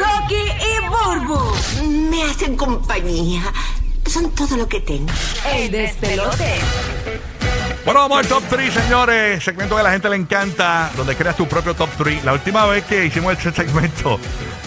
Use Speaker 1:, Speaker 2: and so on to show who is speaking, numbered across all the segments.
Speaker 1: Rocky y Burbu.
Speaker 2: Me hacen compañía. Son todo lo que tengo.
Speaker 1: El despelote.
Speaker 3: Bueno, vamos al top 3, señores. Segmento que a la gente le encanta, donde creas tu propio top 3. La última vez que hicimos este segmento,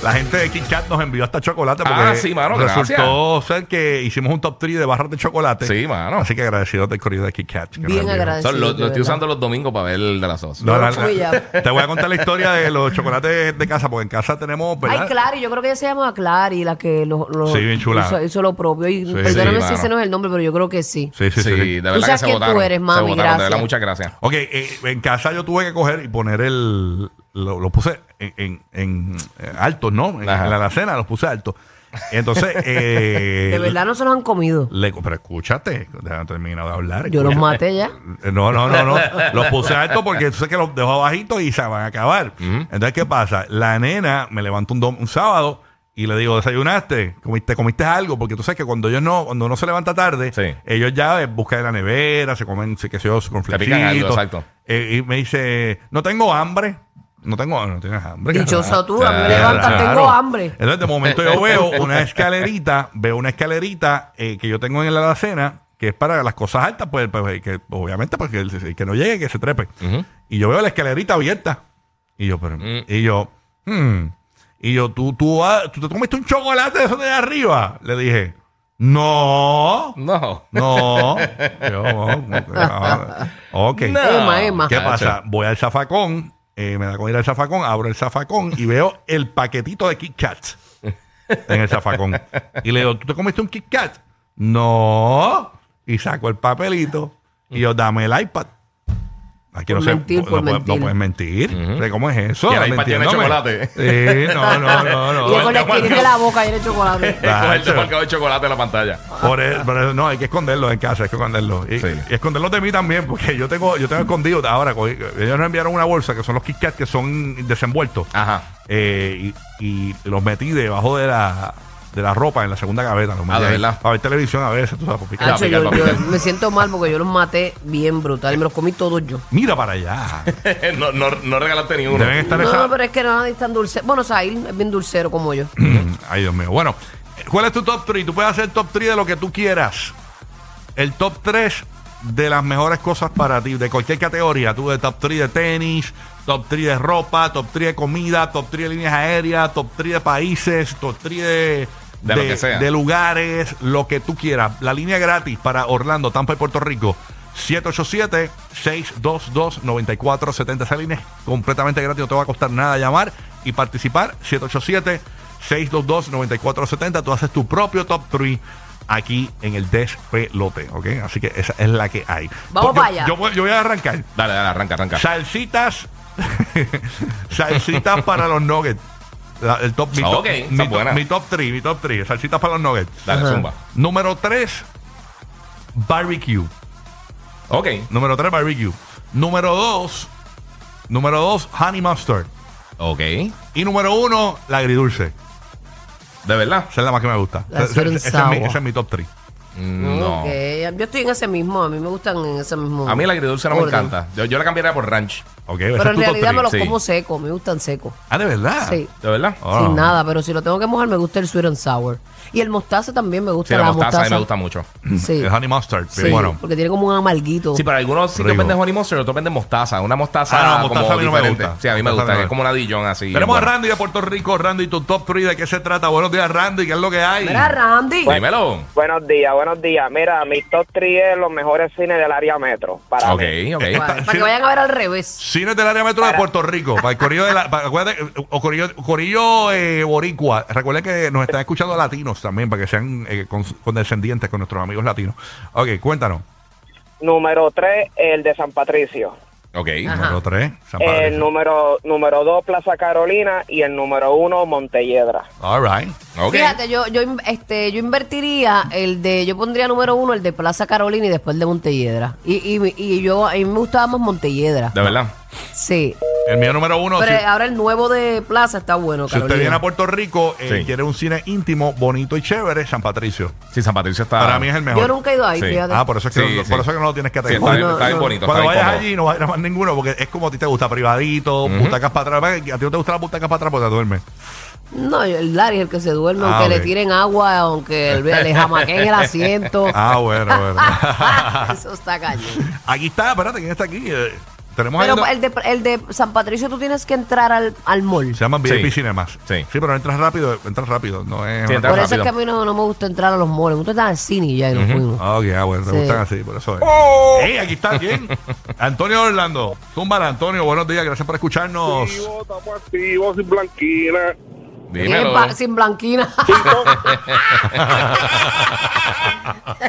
Speaker 3: la gente de Kit Kat nos envió hasta chocolate porque
Speaker 4: Ah, sí, mano,
Speaker 3: resultó ser que hicimos un top 3 de barras de chocolate.
Speaker 4: Sí, mano.
Speaker 3: Así que agradecido del corrido de Kit Kat. que nos
Speaker 5: Bien
Speaker 3: envió.
Speaker 5: agradecido.
Speaker 4: Son los-
Speaker 5: de
Speaker 4: lo estoy
Speaker 5: verdad.
Speaker 4: usando los domingos para ver el de las dos.
Speaker 3: No,
Speaker 5: Yo
Speaker 3: la-
Speaker 5: no fui
Speaker 3: la-
Speaker 5: ya.
Speaker 3: te voy a contar la historia de los chocolates de casa, porque en casa tenemos, ¿verdad?
Speaker 5: Ay, Clary, yo creo que ella se llama Clary, la que lo, lo-
Speaker 3: Sí, bien chula.
Speaker 5: Hizo, hizo lo propio. Y perdóname
Speaker 4: Sí,
Speaker 5: si
Speaker 4: mano.
Speaker 5: ese no es el nombre, pero yo creo que sí.
Speaker 3: Sí, sí, sí.
Speaker 4: Sí,
Speaker 3: sí.
Speaker 4: de verdad
Speaker 5: sabes
Speaker 4: que se
Speaker 5: quién tú
Speaker 4: votaron.
Speaker 5: eres, mami,
Speaker 4: se votaron, de verdad,
Speaker 5: gracias.
Speaker 4: muchas gracias.
Speaker 3: Ok, eh, en casa yo tuve que coger y poner el. Lo, lo puse en, en, en- eh, altos, ¿no? En, en
Speaker 4: Ajá.
Speaker 3: la alacena los puse altos. Entonces. eh,
Speaker 5: De verdad no se los han comido.
Speaker 3: Le, pero escúchate, déjame terminar de hablar.
Speaker 5: Yo los
Speaker 3: escúchate.
Speaker 5: maté ya.
Speaker 3: Eh, No, no, no, no. Los puse alto porque sé que los dejo bajitos y se van a acabar. Entonces, ¿qué pasa? La nena me levanta un, dom- un sábado y le digo, ¿desayunaste? ¿Comiste, comiste algo? Porque tú sabes que cuando ellos no, cuando uno se levanta tarde,
Speaker 4: Sí.
Speaker 3: ellos ya eh, buscan en la nevera, se comen, sí, qué sé yo, con Eh,
Speaker 4: Te pican algo, exacto.
Speaker 3: y me dice, no tengo hambre. No tengo hambre, no tienes hambre.
Speaker 5: Dichosa tú, a mí me
Speaker 4: Claro.
Speaker 5: levantan, tengo
Speaker 3: Claro.
Speaker 5: hambre.
Speaker 3: Entonces, de momento yo veo una escalerita, veo una escalerita eh, que yo tengo en la alacena, que es para las cosas altas, pues, pues, que obviamente, porque el, el que no llegue, que se trepe. Y yo veo la escalerita abierta. Y yo, pero,
Speaker 5: Mm.
Speaker 3: y yo, hmm. y yo, ¿tú, tú, vas- tú te comiste un chocolate de eso de arriba. Le dije, no.
Speaker 4: No.
Speaker 3: No. Yo, no, no, ah, ok.
Speaker 5: Emma, Emma.
Speaker 3: ¿Qué
Speaker 4: Cacho.
Speaker 3: pasa? Voy al zafacón, eh, me da con ir al zafacón, abro el zafacón y veo el paquetito de Kit Kat en el zafacón. Y le digo, ¿tú te comiste un Kit Kat? No. Y saco el papelito y yo, dame el iPad. Aquí
Speaker 5: Por
Speaker 3: no,
Speaker 5: mentir,
Speaker 3: se,
Speaker 5: por
Speaker 3: no, puede-
Speaker 5: mentir.
Speaker 3: no puedes mentir. Pero ¿Cómo es eso?
Speaker 4: Y el iPad tiene
Speaker 3: Mintiéndome. Sí, no, no, no.
Speaker 5: Y yo
Speaker 3: no.
Speaker 5: con la
Speaker 4: Bueno,
Speaker 5: esquinita de
Speaker 4: bueno.
Speaker 5: la boca y el chocolate.
Speaker 4: Con el
Speaker 3: Cacho.
Speaker 4: desmarcado de chocolate en la pantalla.
Speaker 3: Por el- por el- no, hay que esconderlo en casa, hay que esconderlo. Y,
Speaker 4: Sí.
Speaker 3: y esconderlos de mí también, porque yo tengo, yo tengo escondido ahora. cogí- ellos nos enviaron una bolsa que son los Kit Kat que son desenvueltos.
Speaker 4: Ajá.
Speaker 3: Eh, y, y los metí debajo de la, de la ropa en la segunda gaveta. Los metí
Speaker 4: Ah, de
Speaker 3: ahí.
Speaker 4: verdad.
Speaker 3: Para ver televisión a veces, tú sabes, por picar.
Speaker 5: Hacho,
Speaker 4: pica el
Speaker 5: yo-
Speaker 4: papel.
Speaker 5: yo me siento mal porque yo los maté bien brutal y me los comí todos yo.
Speaker 3: Mira para allá.
Speaker 4: no, no, no regalaste ni uno.
Speaker 3: Deben estar
Speaker 5: No,
Speaker 3: esa-
Speaker 5: no, pero es que no es tan dulce. Bueno, Sahil es bien dulcero como yo.
Speaker 3: Ay, Dios mío. Bueno, ¿cuál es tu top 3? Tú puedes hacer top 3 de lo que tú quieras. El top 3 de las mejores cosas para ti, de cualquier categoría. Tú de top 3 de tenis, top 3 de ropa, top 3 de comida, top 3 de líneas aéreas, top 3 de países, top 3 de...
Speaker 4: De lo que sea.
Speaker 3: de lugares, lo que tú quieras. La línea gratis para Orlando, Tampa y Puerto Rico. 787-622-9470. Esa línea es completamente gratis, no te va a costar nada llamar y participar. 787-622-9470. Tú haces tu propio top 3 aquí en el despelote, ¿ok? Así que esa es la que hay. Pues
Speaker 5: Vamos
Speaker 3: Yo-
Speaker 5: para allá.
Speaker 3: Yo, voy- yo voy a arrancar.
Speaker 4: Dale, dale, arranca, arranca.
Speaker 3: Salsitas. salsitas para los nuggets. La- el top, mi,
Speaker 4: Ah,
Speaker 3: top,
Speaker 4: ok, está
Speaker 3: mi, top,
Speaker 4: buena.
Speaker 3: mi top 3, mi top 3. Salsitas para los nuggets.
Speaker 4: Dale,
Speaker 5: Ajá.
Speaker 4: zumba.
Speaker 3: Número 3, barbecue.
Speaker 4: Ok.
Speaker 3: Número 3, barbecue. Número 2, número 2, honey mustard.
Speaker 4: Ok. De
Speaker 3: Y número 1, la agridulce.
Speaker 4: verdad.
Speaker 3: Esa es la más que me gusta.
Speaker 5: La
Speaker 3: Esa- esa-
Speaker 5: sweet and
Speaker 3: esa es mi-
Speaker 5: sour.
Speaker 3: esa es mi top 3.
Speaker 4: No.
Speaker 5: Ok, Yo estoy en ese mismo, a mí me gustan en ese mismo.
Speaker 4: A mí la agridulce no me
Speaker 5: orden.
Speaker 4: encanta. Yo, yo la cambiaría por ranch.
Speaker 3: Ok,
Speaker 5: Pero en realidad me los
Speaker 4: sí.
Speaker 5: como seco, me gustan secos.
Speaker 3: Ah, ¿de verdad?
Speaker 5: Sí.
Speaker 4: ¿De verdad?
Speaker 3: Ah.
Speaker 5: Sin nada, pero si lo tengo que mojar me gusta el sweet and sour. Y el mostaza también me gusta
Speaker 4: Sí, la mostaza a mí me gusta mucho.
Speaker 5: Sí.
Speaker 3: El honey mustard.
Speaker 5: Sí,
Speaker 3: Bueno.
Speaker 5: porque tiene como un amarguito.
Speaker 4: Sí, pero algunos sí que
Speaker 3: Rico.
Speaker 4: venden honey mustard, otros venden mostaza. Una mostaza,
Speaker 3: Ah, no, mostaza
Speaker 4: como
Speaker 3: a mí no me
Speaker 4: diferente.
Speaker 3: gusta.
Speaker 4: Sí, a mí me
Speaker 3: Mostaza
Speaker 4: gusta,
Speaker 3: no me
Speaker 4: es como una Dijon así.
Speaker 3: Tenemos
Speaker 4: bueno.
Speaker 3: a Randy de Puerto Rico. Randy, tu top 3 de qué se trata. Buenos días, Randy. ¿Qué es lo que hay?
Speaker 5: Mira, Randy.
Speaker 4: Dímelo.
Speaker 6: Buenos días, buenos días. Mira, mi top 3 es los mejores cines del área metro. Para
Speaker 4: Ok,
Speaker 6: mí.
Speaker 4: ok.
Speaker 3: Esta-
Speaker 5: Para, para que
Speaker 3: cine-
Speaker 5: vayan a ver al revés.
Speaker 3: Cines del área metro de Puerto Rico. Para el corillo de la. para- acuérdate, eh, o corillo, corillo eh, boricua. Recuerden que nos están escuchando latinos también, para que sean eh, cons- condescendientes con nuestros amigos latinos. Ok, cuéntanos.
Speaker 6: Número 3, el de San Patricio.
Speaker 4: Ok.
Speaker 5: Ajá.
Speaker 3: Número 3.
Speaker 7: Eh,
Speaker 3: San
Speaker 6: El
Speaker 3: Patricio.
Speaker 6: número número 2, Plaza Carolina. Y el número 1, Montelledra.
Speaker 3: All right.
Speaker 4: Ok.
Speaker 5: Fíjate, yo, yo, in- este, yo invertiría el de, yo pondría número uno el de Plaza Carolina y después el de Montelledra. Y, y, y yo, a mí me gustaba más Montelledra.
Speaker 4: De verdad.
Speaker 5: Sí.
Speaker 3: El mío número uno.
Speaker 5: Pero eh,
Speaker 3: si-
Speaker 5: ahora el nuevo de Plaza está bueno,
Speaker 3: Si
Speaker 5: Carolina.
Speaker 3: usted viene a Puerto Rico, eh,
Speaker 4: Sí.
Speaker 3: quiere un cine íntimo, bonito y chévere, San Patricio.
Speaker 4: Sí, San Patricio está.
Speaker 3: Para mí es el mejor.
Speaker 5: Yo nunca he ido ahí,
Speaker 4: Sí.
Speaker 5: fíjate.
Speaker 3: Ah, por eso, es que
Speaker 4: Sí,
Speaker 3: no,
Speaker 4: sí.
Speaker 3: por eso es que no lo tienes que
Speaker 4: Sí,
Speaker 3: atacar.
Speaker 4: está, bien,
Speaker 5: No,
Speaker 4: está bien
Speaker 5: no.
Speaker 4: bonito.
Speaker 3: Cuando
Speaker 4: está bien
Speaker 3: vayas
Speaker 4: cómodo.
Speaker 3: allí no vas a ir a más ninguno porque es como a ti te gusta, privadito, butacas para atrás. A ti no te gusta la butacas para atrás porque te duermes.
Speaker 5: No, el Larry es el que se duerme,
Speaker 3: Ah,
Speaker 5: aunque
Speaker 3: ok.
Speaker 5: le tiren agua, aunque el- le jamaquen el asiento.
Speaker 3: Ah, bueno, bueno.
Speaker 5: Eso está cañón.
Speaker 3: aquí está, espérate, ¿quién está aquí? Eh, tenemos ahí
Speaker 5: Pero pues,
Speaker 3: uno-
Speaker 5: el de, el de San Patricio tú tienes que entrar al, al mall.
Speaker 3: Se llaman VIP
Speaker 4: Sí.
Speaker 3: Cinemas.
Speaker 4: Sí.
Speaker 3: pero entras rápido, entras rápido. No es.
Speaker 4: Sí,
Speaker 3: una
Speaker 4: entras
Speaker 5: Por eso
Speaker 3: cosa-
Speaker 5: es
Speaker 4: rápido.
Speaker 5: que a mí no, no me gusta entrar a los malls. Me gusta estar al cine y ya y nos fuimos.
Speaker 3: Ah, ok, ah, bueno, te
Speaker 5: Sí.
Speaker 3: gustan así, por eso es. ¡Ey, aquí está quién! Antonio Orlando. Túmbala, Antonio, buenos días, gracias por escucharnos.
Speaker 8: Estamos activos sin blanquina.
Speaker 4: Dímelo.
Speaker 5: Bien,
Speaker 3: eh.
Speaker 5: pa- sin blanquina.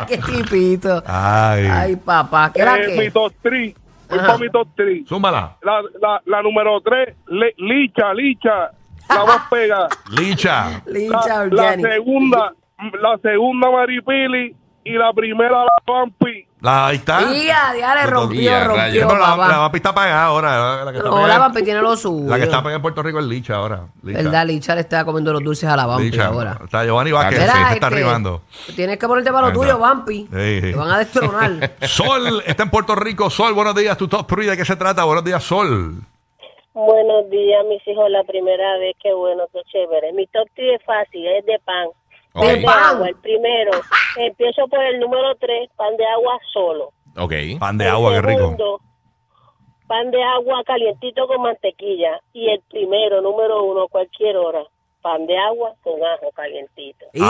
Speaker 5: Qué tipito.
Speaker 3: Ay.
Speaker 5: Ay, papá. ¿Qué era
Speaker 8: Eh, mi
Speaker 5: qué?
Speaker 8: top 3. Voy
Speaker 5: Ajá.
Speaker 8: para mi top 3.
Speaker 3: Zúmbala.
Speaker 8: La, la, la número 3, Licha, Licha. La voz pega.
Speaker 3: Licha.
Speaker 5: Licha
Speaker 8: La, la
Speaker 5: Organic.
Speaker 8: segunda, la segunda Maripili. Y la primera, la Pampi.
Speaker 3: La, ahí está.
Speaker 5: Y a diario
Speaker 3: Pero-
Speaker 5: rompió,
Speaker 4: Ya,
Speaker 3: Sí,
Speaker 4: rayos.
Speaker 5: rompió,
Speaker 3: pero la,
Speaker 5: papá.
Speaker 3: la papi está pagada ahora. La, la que está
Speaker 5: no, la
Speaker 3: pagada-
Speaker 5: papi tiene lo suyo.
Speaker 3: la que está pagada en Puerto Rico es Licha ahora. Licha.
Speaker 5: ¿Verdad? Licha le está comiendo los dulces a la Bampi
Speaker 3: Licha.
Speaker 5: ahora.
Speaker 3: Está Giovanni Vázquez,
Speaker 4: Ah,
Speaker 3: se
Speaker 4: Verá,
Speaker 3: está
Speaker 5: este,
Speaker 3: arribando.
Speaker 5: Tienes que ponerte para lo
Speaker 3: Anda.
Speaker 5: tuyo, Bampi.
Speaker 3: Sí, sí.
Speaker 5: Te van a destronar.
Speaker 3: Sol está en Puerto Rico. Sol, buenos días. ¿Tu top three de qué se trata? Buenos días, Sol.
Speaker 7: Buenos días, mis hijos. La primera vez, qué bueno, qué chévere. Mi top 3 es fácil, es de pan.
Speaker 4: Ok.
Speaker 5: De pan.
Speaker 7: Agua, el primero. Empiezo por el número 3, pan de agua solo.
Speaker 4: Ok.
Speaker 3: Pan de
Speaker 7: El
Speaker 3: agua, qué rico.
Speaker 7: segundo, Pan de agua calientito con mantequilla. Y el primero, número uno, a cualquier hora. Pan de agua con ajo calientito.
Speaker 5: Y ya,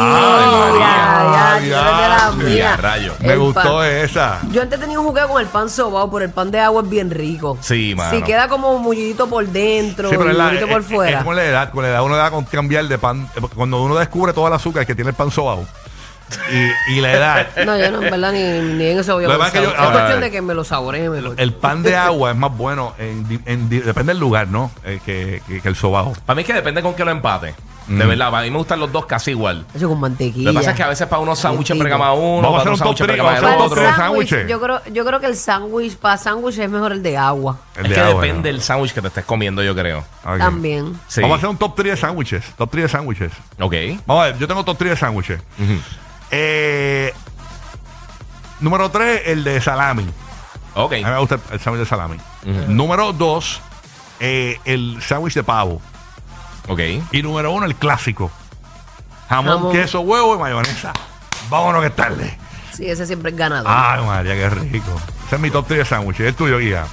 Speaker 5: ya,
Speaker 3: Ay,
Speaker 5: yo era de la
Speaker 3: ya,
Speaker 5: mía.
Speaker 4: ya, rayo.
Speaker 3: Me
Speaker 5: El
Speaker 3: gustó
Speaker 5: pan.
Speaker 3: esa.
Speaker 5: Yo antes tenía un jugueo con el pan sobao, pero el pan de agua es bien rico.
Speaker 4: Sí, mano.
Speaker 5: Sí, queda como mullidito por dentro,
Speaker 3: Sí, pero es, la,
Speaker 5: mullidito
Speaker 3: es-
Speaker 5: por
Speaker 3: es-
Speaker 5: fuera.
Speaker 3: es como la edad, con la edad uno da con cambiar de pan. Cuando uno descubre todo el azúcar que tiene el pan sobao y, y la edad,
Speaker 5: No, yo no, en verdad, ni, ni en eso voy a
Speaker 3: Lo demás
Speaker 5: pensar.
Speaker 3: que yo-
Speaker 5: Es
Speaker 3: ahora,
Speaker 5: cuestión
Speaker 3: eh,
Speaker 5: de que me lo saboree mejor.
Speaker 3: el pan de agua es más bueno, en di- en di- depende del lugar, ¿no? Eh, que, que- que el sobao.
Speaker 4: Para mí es que depende con que lo empate. De
Speaker 3: Mm.
Speaker 4: verdad, a mí me gustan los dos casi igual.
Speaker 5: Eso con mantequilla.
Speaker 4: Lo que pasa es que a veces para unos sándwiches
Speaker 5: Calentito.
Speaker 4: pregama uno,
Speaker 3: Vamos a
Speaker 4: para
Speaker 3: hacer un
Speaker 4: unos
Speaker 3: top
Speaker 4: sándwiches
Speaker 3: three,
Speaker 4: pregama el
Speaker 5: para
Speaker 3: vamos a hacer
Speaker 5: el
Speaker 3: otro
Speaker 4: otro.
Speaker 3: de
Speaker 5: sándwich,
Speaker 3: sándwiches.
Speaker 5: yo creo, yo creo que el sándwich, para sándwich es mejor el de agua
Speaker 3: El
Speaker 4: Es
Speaker 3: de
Speaker 4: que
Speaker 3: agua,
Speaker 4: depende
Speaker 3: ¿no?
Speaker 4: del sándwich que te estés comiendo, yo creo.
Speaker 3: Ok.
Speaker 5: también.
Speaker 4: Sí.
Speaker 3: Vamos a hacer un top 3 de sándwiches. Top 3 de sándwiches.
Speaker 4: Ok.
Speaker 3: Vamos a ver, yo tengo top 3 de sándwiches.
Speaker 4: Ujú.
Speaker 3: Eh, número 3, el de salami.
Speaker 4: Ok.
Speaker 3: A mí me gusta el- el sándwich de salami. Número 2, el sándwich de pavo.
Speaker 4: Ok.
Speaker 3: Y número 1, el clásico. Jamón,
Speaker 5: Jamón.
Speaker 3: queso, huevo y mayonesa. Vámonos que es tarde.
Speaker 5: Sí, ese siempre es ganador.
Speaker 3: Ay, María, qué rico. Ese es mi top 3 de sándwiches. El tuyo, guía.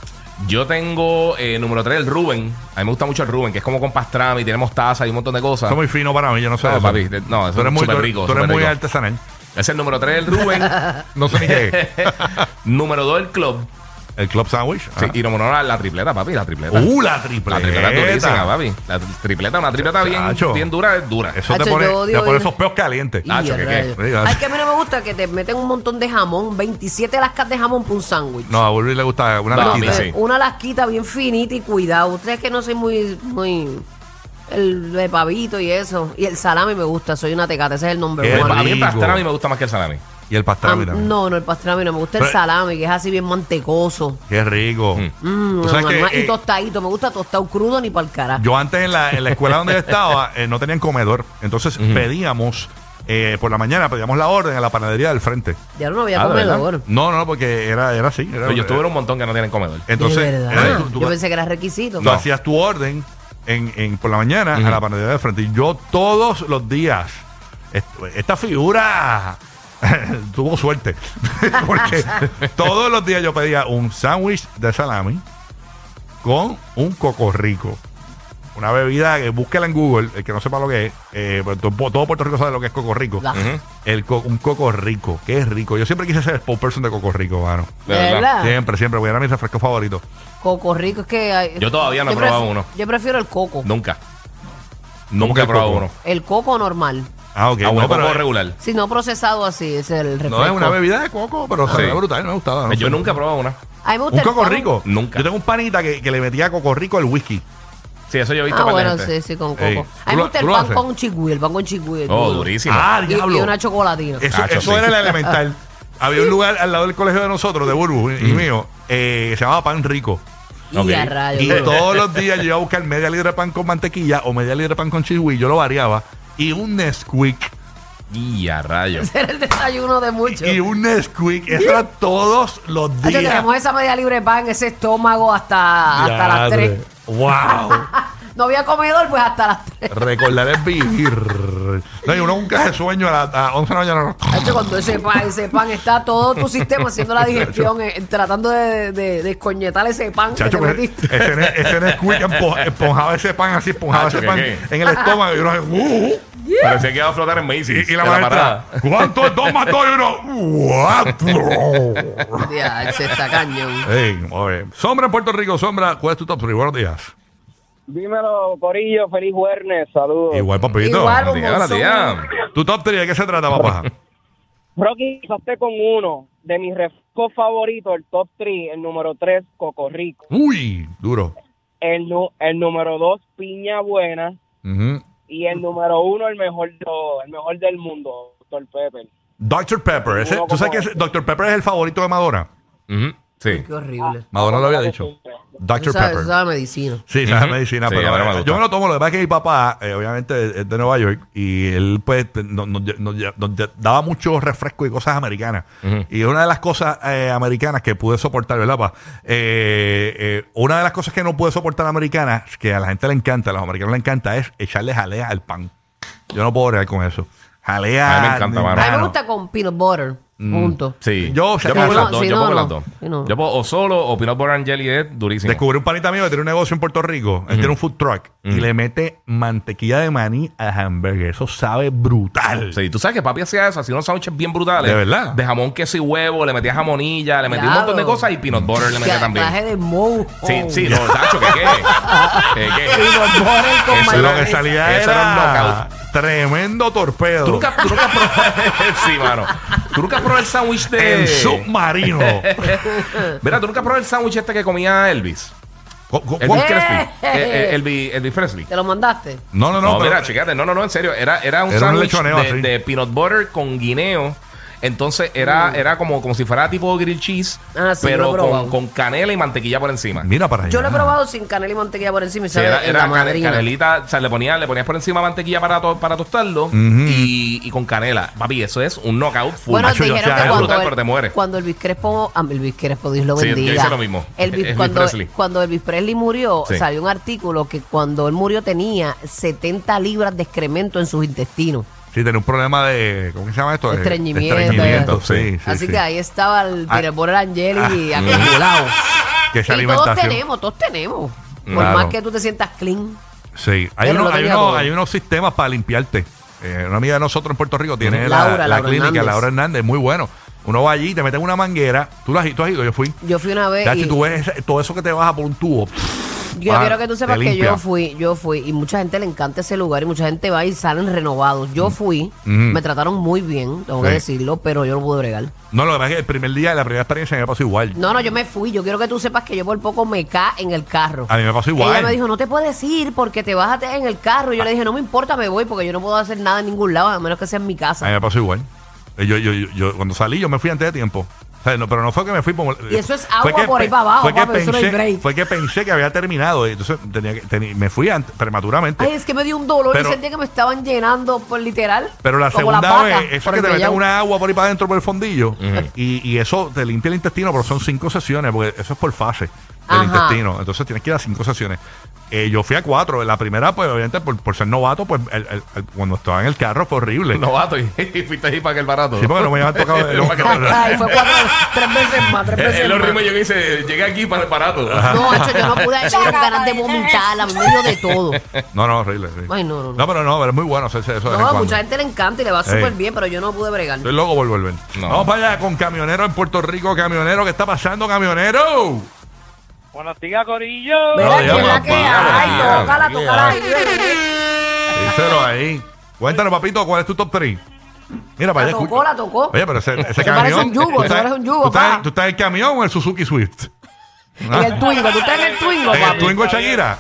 Speaker 4: Yo tengo eh, número 3, el Rubén. A mí me gusta mucho el Rubén, que es como con pastrami, tiene mostaza y un montón de cosas.
Speaker 3: Eso es muy fino para mí, yo no sé.
Speaker 4: No,
Speaker 3: de eso.
Speaker 4: papi, de- no,
Speaker 3: tú
Speaker 4: eso
Speaker 3: eres
Speaker 4: es
Speaker 3: muy,
Speaker 4: súper
Speaker 3: tú-
Speaker 4: rico,
Speaker 3: Tú eres
Speaker 4: súper
Speaker 3: muy
Speaker 4: rico.
Speaker 3: artesanal.
Speaker 4: Es el número 3, el Rubén.
Speaker 3: No sé ni qué. es.
Speaker 4: número 2, el Club.
Speaker 3: El club sandwich.
Speaker 4: Sí,
Speaker 3: Ajá.
Speaker 4: y número 1, la, la tripleta, papi, la tripleta.
Speaker 3: Uh, la tripleta.
Speaker 4: la tripleta es durísima, papi. La tri- tripleta, una tripleta bien,
Speaker 3: Chacho.
Speaker 4: bien dura, es dura.
Speaker 3: Eso te
Speaker 5: Hacho,
Speaker 3: pone,
Speaker 5: yo odio
Speaker 3: te pone
Speaker 5: ir-
Speaker 3: esos peos calientes.
Speaker 5: Y
Speaker 4: Nacho,
Speaker 5: a
Speaker 4: ¿qué, qué?
Speaker 5: rayos.
Speaker 3: Diga.
Speaker 5: Ay, que a mí no me gusta que te meten un montón de jamón, 27 lascas de jamón por un sándwich.
Speaker 3: No, a Burby le gusta una
Speaker 4: No, a
Speaker 3: lasquita.
Speaker 4: mí
Speaker 5: Eh,
Speaker 4: sí.
Speaker 5: Una lasquita bien finita y cuidado. Ustedes que no soy muy, muy el de pavito y eso. Y el salami me gusta, soy una tecata, ese es el
Speaker 3: Qué
Speaker 5: nombre
Speaker 4: El-
Speaker 3: rico.
Speaker 4: a mí el pastrami me gusta más que el salami.
Speaker 3: Y el pastrami también.
Speaker 5: ah, no, no, el pastrami no, me gusta el
Speaker 3: Pero-
Speaker 5: salami, que es así bien mantecoso.
Speaker 3: Qué rico.
Speaker 5: Mm,
Speaker 3: Tú sabes que,
Speaker 5: mamá, y
Speaker 3: eh,
Speaker 5: tostadito, me gusta tostado crudo ni para el carajo.
Speaker 3: yo antes en la, en la escuela donde yo estaba eh, no tenían comedor. Entonces pedíamos eh, por la mañana pedíamos la orden a la panadería del frente.
Speaker 5: Ya no había
Speaker 4: Ah, ¿de verdad?
Speaker 5: comedor.
Speaker 3: No, no, porque era, era así. Era,
Speaker 4: Pero yo estuve en un montón que no tienen comedor.
Speaker 3: Entonces,
Speaker 5: de verdad. Ah,
Speaker 3: era- tú- tú-
Speaker 5: yo pensé que era requisito.
Speaker 3: Tú hacías tu orden en, en- por la mañana
Speaker 4: Ujú.
Speaker 3: a la panadería del frente. Y yo todos los días, est- esta figura tuvo suerte. Porque todos los días yo pedía un sándwich de salami con un cocorrico. Una bebida que búsquela en Google, el que no sepa lo que es, eh, pero to- todo Puerto Rico sabe lo que es cocorrico.
Speaker 5: Bah.
Speaker 4: Ujú.
Speaker 3: El co- un cocorrico, que es rico. Yo siempre quise ser spokesperson de cocorrico, mano.
Speaker 4: De
Speaker 5: ¿De
Speaker 4: verdad.
Speaker 5: verdad?
Speaker 3: Siempre, siempre, porque era mi refresco favorito.
Speaker 5: Coco rico es que hay-
Speaker 4: Yo todavía no he
Speaker 5: yo
Speaker 4: probado
Speaker 5: prefi-
Speaker 4: uno.
Speaker 5: Yo prefiero el coco.
Speaker 4: Nunca.
Speaker 3: Nunca
Speaker 4: Nunca he probado
Speaker 3: coco.
Speaker 4: uno.
Speaker 5: El coco normal.
Speaker 3: Ah, ok.
Speaker 4: Ah, bueno,
Speaker 3: no, pero-
Speaker 4: coco regular.
Speaker 5: Si no procesado así, es el refresco.
Speaker 3: No, es una bebida de coco, pero
Speaker 4: Sí.
Speaker 3: se ve brutal, me gustaba. no
Speaker 4: Yo
Speaker 3: sé.
Speaker 4: nunca he probado una.
Speaker 5: A mí me gusta
Speaker 3: ¿Un
Speaker 5: el
Speaker 3: coco
Speaker 5: pan.
Speaker 3: rico?
Speaker 4: Nunca.
Speaker 3: Yo tengo un panita que, que le metía coco rico al whisky.
Speaker 4: Sí, eso yo he visto
Speaker 5: Ah,
Speaker 4: para
Speaker 5: bueno,
Speaker 4: la gente.
Speaker 5: sí, sí, con coco.
Speaker 3: Ey,
Speaker 5: a mí
Speaker 3: ¿tú lo-
Speaker 5: me gusta el
Speaker 3: tú lo
Speaker 5: pan
Speaker 3: haces?
Speaker 5: con chigüí, el pan con chigüí. es
Speaker 4: Oh,
Speaker 5: duro.
Speaker 4: durísimo.
Speaker 5: Y, y una chocolatina.
Speaker 3: Ah, Eso,
Speaker 4: Cacho,
Speaker 3: eso
Speaker 4: Ah, sí.
Speaker 3: era el elemental. Había un lugar al lado del colegio de nosotros, de Burbu y, y
Speaker 4: Mm.
Speaker 3: mío, eh, que se llamaba Pan Rico.
Speaker 5: Y
Speaker 4: Ok.
Speaker 5: a rayos.
Speaker 3: Y
Speaker 5: duro.
Speaker 3: todos los días yo iba a buscar media libra de pan con mantequilla o media libra de pan con chihui, yo lo variaba. Y un Nesquik.
Speaker 4: Y a rayos.
Speaker 5: Era el desayuno de muchos.
Speaker 3: Y un Nesquik. Eso era todos los
Speaker 5: Hacho,
Speaker 3: días.
Speaker 5: tenemos esa media libre de pan, ese estómago hasta, hasta las
Speaker 3: Diadre.
Speaker 5: 3.
Speaker 3: ¡Wow!
Speaker 5: No había comedor, pues hasta las 3.
Speaker 3: Recordar es vivir. No, y uno nunca se sueño a las 11 de la mañana.
Speaker 5: Hacho, cuando ese pan, ese pan está todo tu sistema haciendo la digestión, eh, tratando de, de, de escoñetar ese pan que te
Speaker 3: Chacho, pues,
Speaker 5: metiste.
Speaker 3: ese, ne- ese Nesquik empo- esponjaba ese pan así, esponjaba
Speaker 4: Chacho,
Speaker 3: ese
Speaker 4: ¿qué,
Speaker 3: pan
Speaker 4: qué?
Speaker 3: en el estómago y uno uh, uh,
Speaker 4: Parecía que iba a flotar en Macy's.
Speaker 3: y, y la
Speaker 4: en
Speaker 3: maestra, ¿cuánto es dos más dos? Y uno, ¿cuánto?
Speaker 5: Ya, ese está cañón.
Speaker 3: Ey, muy bien. Sombra en Puerto Rico, Sombra, ¿cuál es tu top 3? Buenos días.
Speaker 8: Dímelo, Corillo, feliz viernes, saludos.
Speaker 3: Igual, papito.
Speaker 5: Igual,
Speaker 4: Buenos días, buenos días.
Speaker 3: ¿Tu top 3 de qué se trata, papá?
Speaker 8: Rocky, pasaste con uno de mis refrescos favoritos, el top 3, el número 3, Cocorrico.
Speaker 3: Uy, duro.
Speaker 8: El, nu- el número 2, Piña Buena.
Speaker 3: Ujú.
Speaker 8: Y el número 1, el mejor, de todo, el mejor del mundo, Dr. Pepper.
Speaker 3: Dr. Pepper. ese- ¿Tú sabes que ese- Dr. Pepper es el favorito de Madonna?
Speaker 4: Ujú, Sí.
Speaker 5: Qué horrible.
Speaker 3: Madonna lo había dicho.
Speaker 5: Eso
Speaker 3: Dr.
Speaker 5: sabe, eso
Speaker 3: Pepper.
Speaker 5: sabe medicina.
Speaker 3: Sí, sabe
Speaker 4: Ujú.
Speaker 3: medicina,
Speaker 4: Sí,
Speaker 3: pero
Speaker 4: ahora me
Speaker 3: eh,
Speaker 4: gusta.
Speaker 3: yo me lo tomo. Lo que pasa es que mi papá, eh, obviamente, es de Nueva York y él, pues, te- nos, nos lle- nos lle- nos lle- daba mucho refresco y cosas americanas.
Speaker 4: Ujú.
Speaker 3: Y una de las cosas eh, americanas que pude soportar, ¿verdad, pa? Eh, eh, una de las cosas que no pude soportar americanas, que a la gente le encanta, a los americanos le encanta, es echarle jalea al pan. Yo no puedo bregar con eso. Jalea.
Speaker 4: A mí me encanta,
Speaker 3: ni-
Speaker 4: mano.
Speaker 5: A mí me
Speaker 3: mano.
Speaker 5: gusta con peanut butter.
Speaker 3: Mm.
Speaker 5: Punto.
Speaker 4: Sí.
Speaker 3: Yo-
Speaker 4: yo
Speaker 3: si no,
Speaker 4: pongo las dos.
Speaker 5: si
Speaker 4: yo
Speaker 5: no,
Speaker 4: pongo las
Speaker 5: no.
Speaker 4: dos.
Speaker 5: Si no.
Speaker 4: Yo pongo o solo o peanut butter and jelly es durísimo.
Speaker 3: Descubrí un panita mío que tiene un negocio en Puerto Rico. Él tiene un food truck y le mete mantequilla de maní al hamburger. Eso sabe brutal.
Speaker 4: Sí, tú sabes que papi hacía eso, hacía unos sándwiches bien brutales.
Speaker 3: De verdad.
Speaker 4: De jamón, queso y huevo, le metía jamonilla, le metía un
Speaker 5: Diablo.
Speaker 4: montón de cosas y peanut butter le metía
Speaker 5: Ya,
Speaker 4: también.
Speaker 5: Traje de moho.
Speaker 4: Sí, sí, no, Tacho, que qué. Que qué.
Speaker 5: Peanut butter con
Speaker 4: Eso
Speaker 3: Pero lo que
Speaker 5: mayonesa.
Speaker 3: salía
Speaker 4: Eso era un
Speaker 3: era
Speaker 4: knockout.
Speaker 3: tremendo torpedo.
Speaker 4: Tú nunca, tú nunca probado. sí, mano. Tú nunca has probado el sándwich de.
Speaker 3: En submarino.
Speaker 4: Mira, tú nunca has probado el sándwich este que comía Elvis.
Speaker 3: Co- co-
Speaker 4: Elvis
Speaker 3: co-
Speaker 4: Crespi.
Speaker 5: Eh.
Speaker 4: Eh, eh, Elvis, Elvis Presley.
Speaker 5: ¿Te lo mandaste?
Speaker 3: No, no,
Speaker 4: No,
Speaker 3: no. pero-
Speaker 4: mira, checate. No, no, no, en serio. Era, era un
Speaker 3: Era un
Speaker 4: sándwich
Speaker 3: lechoneo
Speaker 4: de,
Speaker 3: así.
Speaker 4: de peanut butter con guineo. Entonces era, era como, como si fuera tipo grill cheese,
Speaker 5: Mm. Ah, sí, lo
Speaker 4: pero
Speaker 5: he
Speaker 4: con,
Speaker 5: probado.
Speaker 4: con canela y mantequilla por encima.
Speaker 3: Mira para allá.
Speaker 5: Yo lo he probado sin canela y mantequilla por encima y
Speaker 4: Sí,
Speaker 5: sabe
Speaker 4: era,
Speaker 5: en
Speaker 4: era
Speaker 5: la
Speaker 4: cane-
Speaker 5: madrina.
Speaker 4: canelita, o sea, le ponías, le ponías por encima mantequilla para, to- para tostarlo y, y con canela. Papi, eso es un knockout full.
Speaker 5: Bueno,
Speaker 3: Macho, yo
Speaker 5: dijeron
Speaker 3: hacía
Speaker 5: que
Speaker 3: eso.
Speaker 5: cuando,
Speaker 4: Brutal,
Speaker 5: el-
Speaker 4: pero te mueres.
Speaker 5: cuando Elvis Crespo, ah, Elvis Crespo, Dios lo
Speaker 4: Sí, yo
Speaker 5: bendiga.
Speaker 4: hice lo mismo.
Speaker 5: Elvis-
Speaker 4: Elvis
Speaker 5: cuando,
Speaker 4: Presley.
Speaker 5: cuando Elvis Presley murió,
Speaker 4: Sí.
Speaker 5: salió un artículo que cuando él murió tenía 70 libras de excremento en sus intestinos.
Speaker 3: Sí, tenía un problema de. ¿Cómo que se llama esto? De- de
Speaker 5: Estreñimiento.
Speaker 3: estreñimiento, sí. sí,
Speaker 5: Así
Speaker 3: sí.
Speaker 5: que ahí estaba el
Speaker 3: Ah.
Speaker 5: Peter Borel Angeli
Speaker 3: Ah.
Speaker 5: acumulado.
Speaker 3: Que esa
Speaker 5: y todos
Speaker 3: alimentación.
Speaker 5: tenemos, todos tenemos. Por
Speaker 3: Claro.
Speaker 5: más que tú te sientas clean.
Speaker 3: Sí. Hay,
Speaker 5: Pero
Speaker 3: uno-
Speaker 5: lo
Speaker 3: hay,
Speaker 5: tenía
Speaker 3: uno-
Speaker 5: todo.
Speaker 3: hay unos sistemas para limpiarte. Eh, una amiga de nosotros en Puerto Rico tiene la,
Speaker 5: Laura,
Speaker 3: la
Speaker 5: Laura
Speaker 3: clínica,
Speaker 5: Hernández.
Speaker 3: Laura Hernández, muy bueno. Uno va allí, te meten una manguera. Tú, la, tú has ido, yo fui.
Speaker 5: Yo fui una vez
Speaker 3: Ya,
Speaker 5: Eh, y
Speaker 3: si tú ves ese- todo eso que te baja por un tubo.
Speaker 5: yo
Speaker 3: ah,
Speaker 5: quiero que tú
Speaker 3: te
Speaker 5: sepas que
Speaker 3: limpia.
Speaker 5: yo fui, yo fui y mucha gente le encanta ese lugar y mucha gente va y salen renovados. Yo fui, me trataron muy bien, tengo que
Speaker 3: Mm. Mm-hmm. Sí.
Speaker 5: decirlo, pero yo no pude bregar.
Speaker 3: No, lo que pasa es que el primer día, la primera experiencia me pasó igual.
Speaker 5: No, no, yo me fui. Yo quiero que tú sepas que yo por poco me ca en el carro.
Speaker 3: A mí me pasó igual.
Speaker 5: Ella me dijo, no te puedes ir porque te vas a te- en el carro. Y yo le dije, no me importa, me voy porque yo no puedo hacer nada en ningún lado, a menos que sea en mi
Speaker 3: A mí
Speaker 5: casa.
Speaker 3: me pasó igual. Eh, Yo, yo, yo, yo- cuando salí, yo me fui antes de tiempo. sea, no, pero no fue que me fui por-
Speaker 5: Y eso es
Speaker 3: fue
Speaker 5: agua
Speaker 3: que
Speaker 5: por ahí
Speaker 3: pe-
Speaker 5: para abajo,
Speaker 3: Fue que,
Speaker 5: papi, eso no hay
Speaker 3: pensé,
Speaker 5: break.
Speaker 3: fue que pensé que había terminado. y Entonces tenía que, teni- me fui ant- prematuramente.
Speaker 5: Ay, es que me dio un dolor
Speaker 3: Pero-
Speaker 5: y sentía que me estaban llenando por literal.
Speaker 3: Pero la
Speaker 5: como las
Speaker 3: segunda
Speaker 5: vacas
Speaker 3: vez, eso
Speaker 5: por el
Speaker 3: es que te meten
Speaker 5: Collao.
Speaker 3: una agua por ahí para adentro por el fondillo
Speaker 4: Ujú.
Speaker 3: y, y eso te limpia el intestino, pero son cinco sesiones, porque eso es por fase del
Speaker 5: Ajá.
Speaker 3: intestino. Entonces tienes que ir a cinco sesiones. Eh, yo fui a cuatro. La primera, pues obviamente por, por ser novato, pues el- el- el- cuando estaba en el carro fue horrible.
Speaker 4: Novato y, y fuiste ahí para aquel barato.
Speaker 3: Sí, porque no me habían tocado.
Speaker 4: Lo más que-
Speaker 5: Ay, fue cuatro, tres veces más, tres
Speaker 4: Es
Speaker 5: veces
Speaker 4: lo
Speaker 5: más.
Speaker 4: mismo yo que hice, llegué aquí para el barato.
Speaker 5: No, hecho, yo no pude, me dieron ganas de vomitar, a mí me dio de todo.
Speaker 3: no, no, horrible. sí.
Speaker 5: Ay, no, no, no.
Speaker 3: pero no, pero es muy bueno hacerse eso. de vez en
Speaker 5: No, a
Speaker 3: cuando.
Speaker 5: mucha gente le encanta y le va
Speaker 3: Sí.
Speaker 5: súper bien, pero yo no pude bregar.
Speaker 3: Estoy loco por volver.
Speaker 4: No.
Speaker 3: Vamos para allá con camionero en Puerto Rico. Camionero, ¿qué está pasando, camionero?
Speaker 8: Buenos días, Corillo.
Speaker 5: Mira,
Speaker 3: ya,
Speaker 5: ¿quién es la que
Speaker 3: papá,
Speaker 5: hay?
Speaker 3: ya,
Speaker 5: Tócala,
Speaker 4: ya.
Speaker 5: tócala. Ay,
Speaker 3: Díselo ahí. Cuéntanos, papito, ¿cuál es tu top 3? Mira, para
Speaker 5: La
Speaker 3: allá,
Speaker 5: tocó,
Speaker 3: escucha.
Speaker 5: la tocó.
Speaker 3: Oye, pero ese, ese
Speaker 5: Tú pareces
Speaker 3: camión.
Speaker 5: un yugo,
Speaker 3: ¿tú
Speaker 5: tú
Speaker 3: estás-
Speaker 5: eres un yugo,
Speaker 3: ¿tú estás,
Speaker 5: pa.
Speaker 3: ¿Tú estás en el camión o en el Suzuki Swift? Ah.
Speaker 5: En el Twingo, tú estás ah. en el Twingo,
Speaker 3: ¿En el
Speaker 5: papi.
Speaker 3: Twingo de Shakira?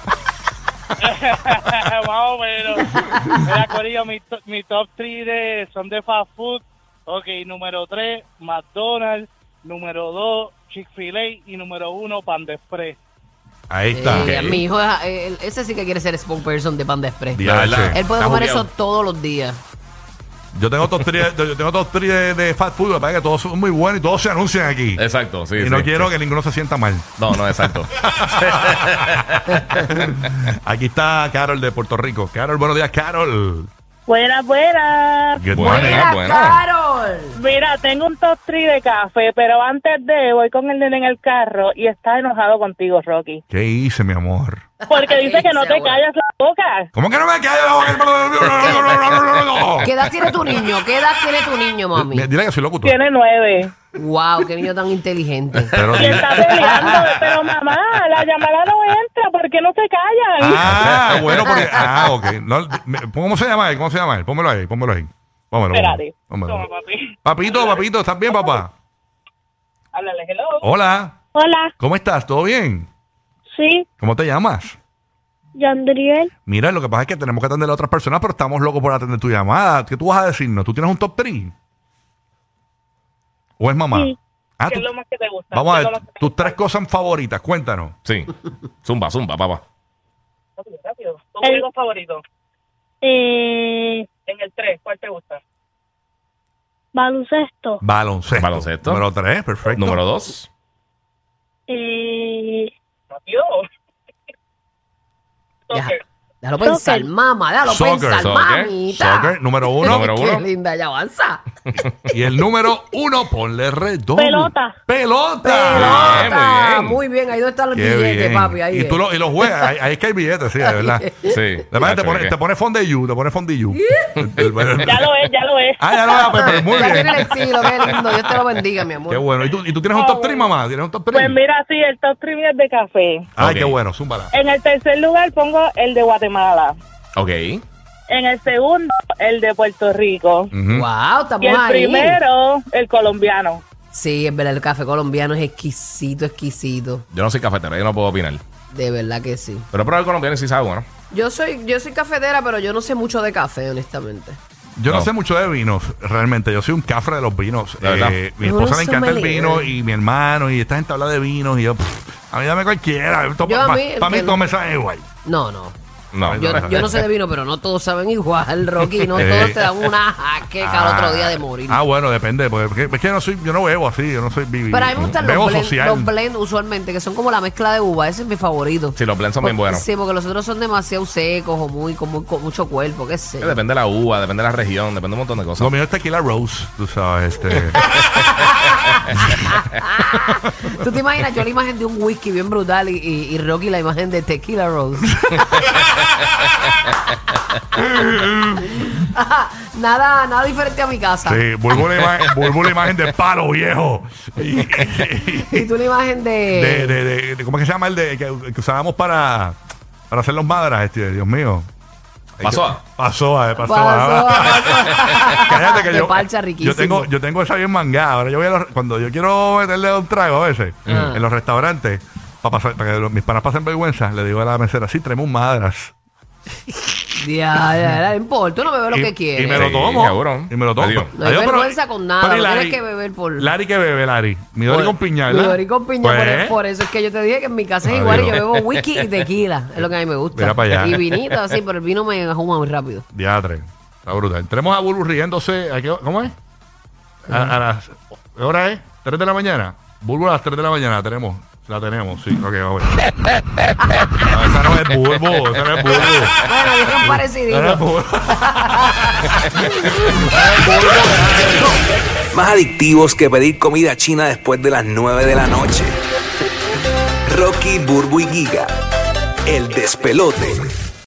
Speaker 8: Más o menos. Mira, Corillo, mi, to- mi top 3 de, son de fast food. Ok, número 3, McDonald's. Número 2, Chick-fil-A. Y número 1, Panda Express.
Speaker 3: Ahí está.
Speaker 5: Eh, Mi hijo, eh, él- ese sí que quiere ser spokesperson de Panda Express.
Speaker 3: Diablo.
Speaker 5: Él puede
Speaker 4: Está
Speaker 5: comer
Speaker 4: jugueado.
Speaker 5: eso todos los días.
Speaker 3: Yo tengo top 3, yo tengo top 3 de, de fast food, para que todos son muy buenos y todos se anuncian aquí.
Speaker 4: Exacto, sí.
Speaker 3: y
Speaker 4: sí,
Speaker 3: no quiero
Speaker 4: sí.
Speaker 3: que ninguno se sienta mal.
Speaker 4: No, no, exacto.
Speaker 3: Aquí está Carol de Puerto Rico. Carol, buenos días, Carol.
Speaker 7: Buena, buena.
Speaker 3: Good
Speaker 4: Buenas.
Speaker 3: morning.
Speaker 5: eh,
Speaker 4: Buena, buena.
Speaker 5: Carol!
Speaker 7: Mira, tengo un top 3 de café, pero antes de voy con el nene en el carro y está enojado contigo, Rocky.
Speaker 3: ¿Qué hice, mi amor?
Speaker 7: Porque dice que no te callas la boca.
Speaker 3: ¿Cómo que no me callo?
Speaker 5: ¿Qué edad tiene tu niño? ¿Qué edad tiene tu niño, mami?
Speaker 3: Mira, Dile que soy locutor.
Speaker 7: Tiene nueve.
Speaker 5: Wow, qué niño tan inteligente.
Speaker 3: Pero
Speaker 7: Y está peleando, pero mamá, la llamada no entra, ¿por qué no se callan?
Speaker 3: Ah, bueno, porque. Ah, ok. No, me- ¿Cómo se llama él? ¿Cómo se llama él? Pónmelo ahí, pónmelo ahí. Pónmelo.
Speaker 7: Espérate.
Speaker 3: pónmelo,
Speaker 7: Toma,
Speaker 3: pónmelo.
Speaker 7: papi.
Speaker 3: Papito, papito, ¿estás bien, papá?
Speaker 7: Háblale, hello.
Speaker 3: Hola,
Speaker 7: Hola,
Speaker 3: ¿cómo estás? ¿Todo bien?
Speaker 7: sí,
Speaker 3: ¿Cómo te llamas?
Speaker 7: Yandriel.
Speaker 3: Mira, lo que pasa es que tenemos que atender a otras personas, pero estamos locos por atender tu llamada. ¿Qué tú vas a decirnos? ¿Tú tienes un top 3? ¿O es mamá?
Speaker 7: Sí.
Speaker 3: Ah,
Speaker 7: ¿Qué
Speaker 3: tú-
Speaker 7: es lo más que te gusta?
Speaker 3: vamos a
Speaker 7: ¿Qué es lo
Speaker 3: ver,
Speaker 7: más que te
Speaker 3: tus
Speaker 7: gusta?
Speaker 3: tres cosas favoritas, cuéntanos.
Speaker 4: Sí. Zumba, zumba, papá.
Speaker 7: Rápido, rápido. ¿Tu juego favorito? Eh... En el 3, ¿cuál te gusta? Baloncesto.
Speaker 3: Baloncesto.
Speaker 4: Baloncesto.
Speaker 3: Número 3, perfecto.
Speaker 4: Número dos.
Speaker 7: Eh... Rápido.
Speaker 5: Ya. Déjalo pensar,
Speaker 7: Soccer.
Speaker 5: mamá, déjalo
Speaker 3: Soccer,
Speaker 5: pensar,
Speaker 4: soccer,
Speaker 5: mamita.
Speaker 3: Soccer, número uno.
Speaker 4: Número
Speaker 5: Qué
Speaker 4: uno.
Speaker 5: linda, ya avanza.
Speaker 3: Y el número uno, ponle redoble.
Speaker 7: Pelota.
Speaker 3: Pelota.
Speaker 4: bien,
Speaker 5: Pelota.
Speaker 4: muy bien.
Speaker 5: Muy bien, ahí donde están los
Speaker 3: Qué
Speaker 5: billetes,
Speaker 3: bien.
Speaker 5: papi. Ahí
Speaker 3: y tú
Speaker 5: es.
Speaker 3: lo, y lo juegas, ahí, ahí es que hay billetes, sí, de verdad.
Speaker 4: Sí.
Speaker 3: Además, Eh. te
Speaker 4: Nacho,
Speaker 3: pone,
Speaker 4: ¿qué?
Speaker 3: te pone fondillo, te pone fondillo.
Speaker 7: Ya lo es, ya lo es.
Speaker 3: Ah, ya lo veo, Pepe, muy
Speaker 5: ya
Speaker 3: bien.
Speaker 5: tiene el estilo, qué lindo. Dios te lo bendiga, mi amor.
Speaker 3: Qué bueno. ¿Y tú, y tú tienes un top 3, mamá? ¿Tienes un top 3?
Speaker 7: Pues mira, sí, el top 3 es de café.
Speaker 3: Ay,
Speaker 4: Ok.
Speaker 3: qué bueno, zúmbala.
Speaker 7: En el tercer lugar pongo el de Guatemala.
Speaker 4: Ok.
Speaker 7: En el segundo, el de Puerto Rico.
Speaker 3: Ujú.
Speaker 5: Wow,
Speaker 7: Y
Speaker 5: estamos
Speaker 7: el
Speaker 5: ahí.
Speaker 7: primero, el colombiano.
Speaker 5: Sí, es verdad, el café colombiano es exquisito, exquisito.
Speaker 4: Yo no soy cafetero, yo no puedo opinar.
Speaker 5: De verdad que sí.
Speaker 4: Pero probar el colombiano y sí sabe bueno.
Speaker 5: Yo soy, yo soy cafetera, pero yo no sé mucho de café, honestamente.
Speaker 3: Yo no.
Speaker 4: No.
Speaker 3: sé mucho de vinos, realmente. Yo soy un cafre de los vinos.
Speaker 4: La verdad.
Speaker 3: Eh, mi
Speaker 5: Uno
Speaker 3: esposa le encanta el
Speaker 5: sommelier.
Speaker 3: vino y mi hermano y esta gente habla de vinos y yo, pff, a mí dame cualquiera. Esto
Speaker 5: Yo
Speaker 3: pa-
Speaker 5: a
Speaker 3: pa-
Speaker 5: mí, el
Speaker 3: pa' mí
Speaker 5: que
Speaker 3: todo
Speaker 5: no-
Speaker 3: me sabe igual.
Speaker 5: No, no.
Speaker 4: No.
Speaker 3: Yo-
Speaker 5: Yo no sé de vino, pero no todos saben igual, Rocky. No
Speaker 3: Eh.
Speaker 5: todos te dan una jaqueca al otro día de morir.
Speaker 3: Ah, bueno, depende. Porque es que no soy, yo no bebo así, yo no soy vivi-
Speaker 5: Pero a mí me gustan
Speaker 3: bebo
Speaker 5: los blend,
Speaker 3: social.
Speaker 5: los blend usualmente, que son como la mezcla de uva. Ese es mi favorito.
Speaker 4: Sí, los blends son
Speaker 5: Por-
Speaker 4: bien buenos.
Speaker 5: Pues, Sí, porque los otros son demasiado secos o muy, con, muy- con mucho cuerpo, qué sé.
Speaker 4: Eh, Depende de la uva, depende de la región, depende de un montón de
Speaker 3: Lo
Speaker 4: cosas.
Speaker 3: mío es tequila rose, tú sabes. Este.
Speaker 5: ¿Tú te imaginas yo la imagen de un whisky bien brutal y, y- y Rocky la imagen de Tequila Rose? nada, nada diferente a mi casa.
Speaker 3: sí, vuelvo la, ima- vuelvo la imagen de palo viejo. Y-
Speaker 5: Y tú la imagen de...
Speaker 3: de, de- de- de- ¿Cómo es que se llama el de, que, que usábamos para, para hacer los madras? Este, Dios mío.
Speaker 4: Pasoa.
Speaker 3: Pasoa, eh, pasoa.
Speaker 5: Pasoa, pasoa.
Speaker 3: Cállate que
Speaker 5: Te
Speaker 3: yo,
Speaker 5: parcha riquísimo.
Speaker 3: yo tengo, yo tengo esa bien mangada. Ahora yo voy a los- cuando yo quiero meterle un trago a veces
Speaker 4: Ah.
Speaker 3: en los restaurantes, para, pasar- para que los- mis panas pasen vergüenza, le digo a la mesera, sí, traemos un madras.
Speaker 5: Ya, ya, ya, no importa, no bebe lo
Speaker 3: y,
Speaker 5: que
Speaker 3: y me lo
Speaker 5: quieres.
Speaker 3: tomo.
Speaker 4: cabrón.
Speaker 3: Y me lo tomo.
Speaker 4: Adiós.
Speaker 5: No hay
Speaker 3: Adiós, pero-
Speaker 5: vergüenza con nada,
Speaker 3: pero y
Speaker 5: no tienes
Speaker 3: Lari-
Speaker 5: que beber por-
Speaker 3: Lari que bebe, Lari. Midori con piña, ¿verdad?
Speaker 5: Midori con piña,
Speaker 3: Pues,
Speaker 5: por, e- por eso es que yo te dije que en mi casa es
Speaker 3: Ah,
Speaker 5: igual, y yo
Speaker 3: digo.
Speaker 5: bebo whisky y tequila, es lo que a mí me gusta.
Speaker 3: Mira para allá.
Speaker 5: Y vinito, así, pero el vino me ajuma muy rápido.
Speaker 3: Diatre. Está brutal. Entremos a Bulu riéndose. ¿a qué hora- ¿Cómo es? A, a las. ¿Qué hora es? ¿3 de la mañana? Bulbo a las 3 de la mañana la tenemos. La tenemos, sí. Ok, vamos. No, esa no es Bulbo. Esa no es Bulbo.
Speaker 5: Bueno, dijeron
Speaker 3: Esa no es
Speaker 5: parecidito.
Speaker 3: Bulbo.
Speaker 9: Más adictivos que pedir comida china después de las 9 de la noche. Rocky, Burbu y Giga. El despelote.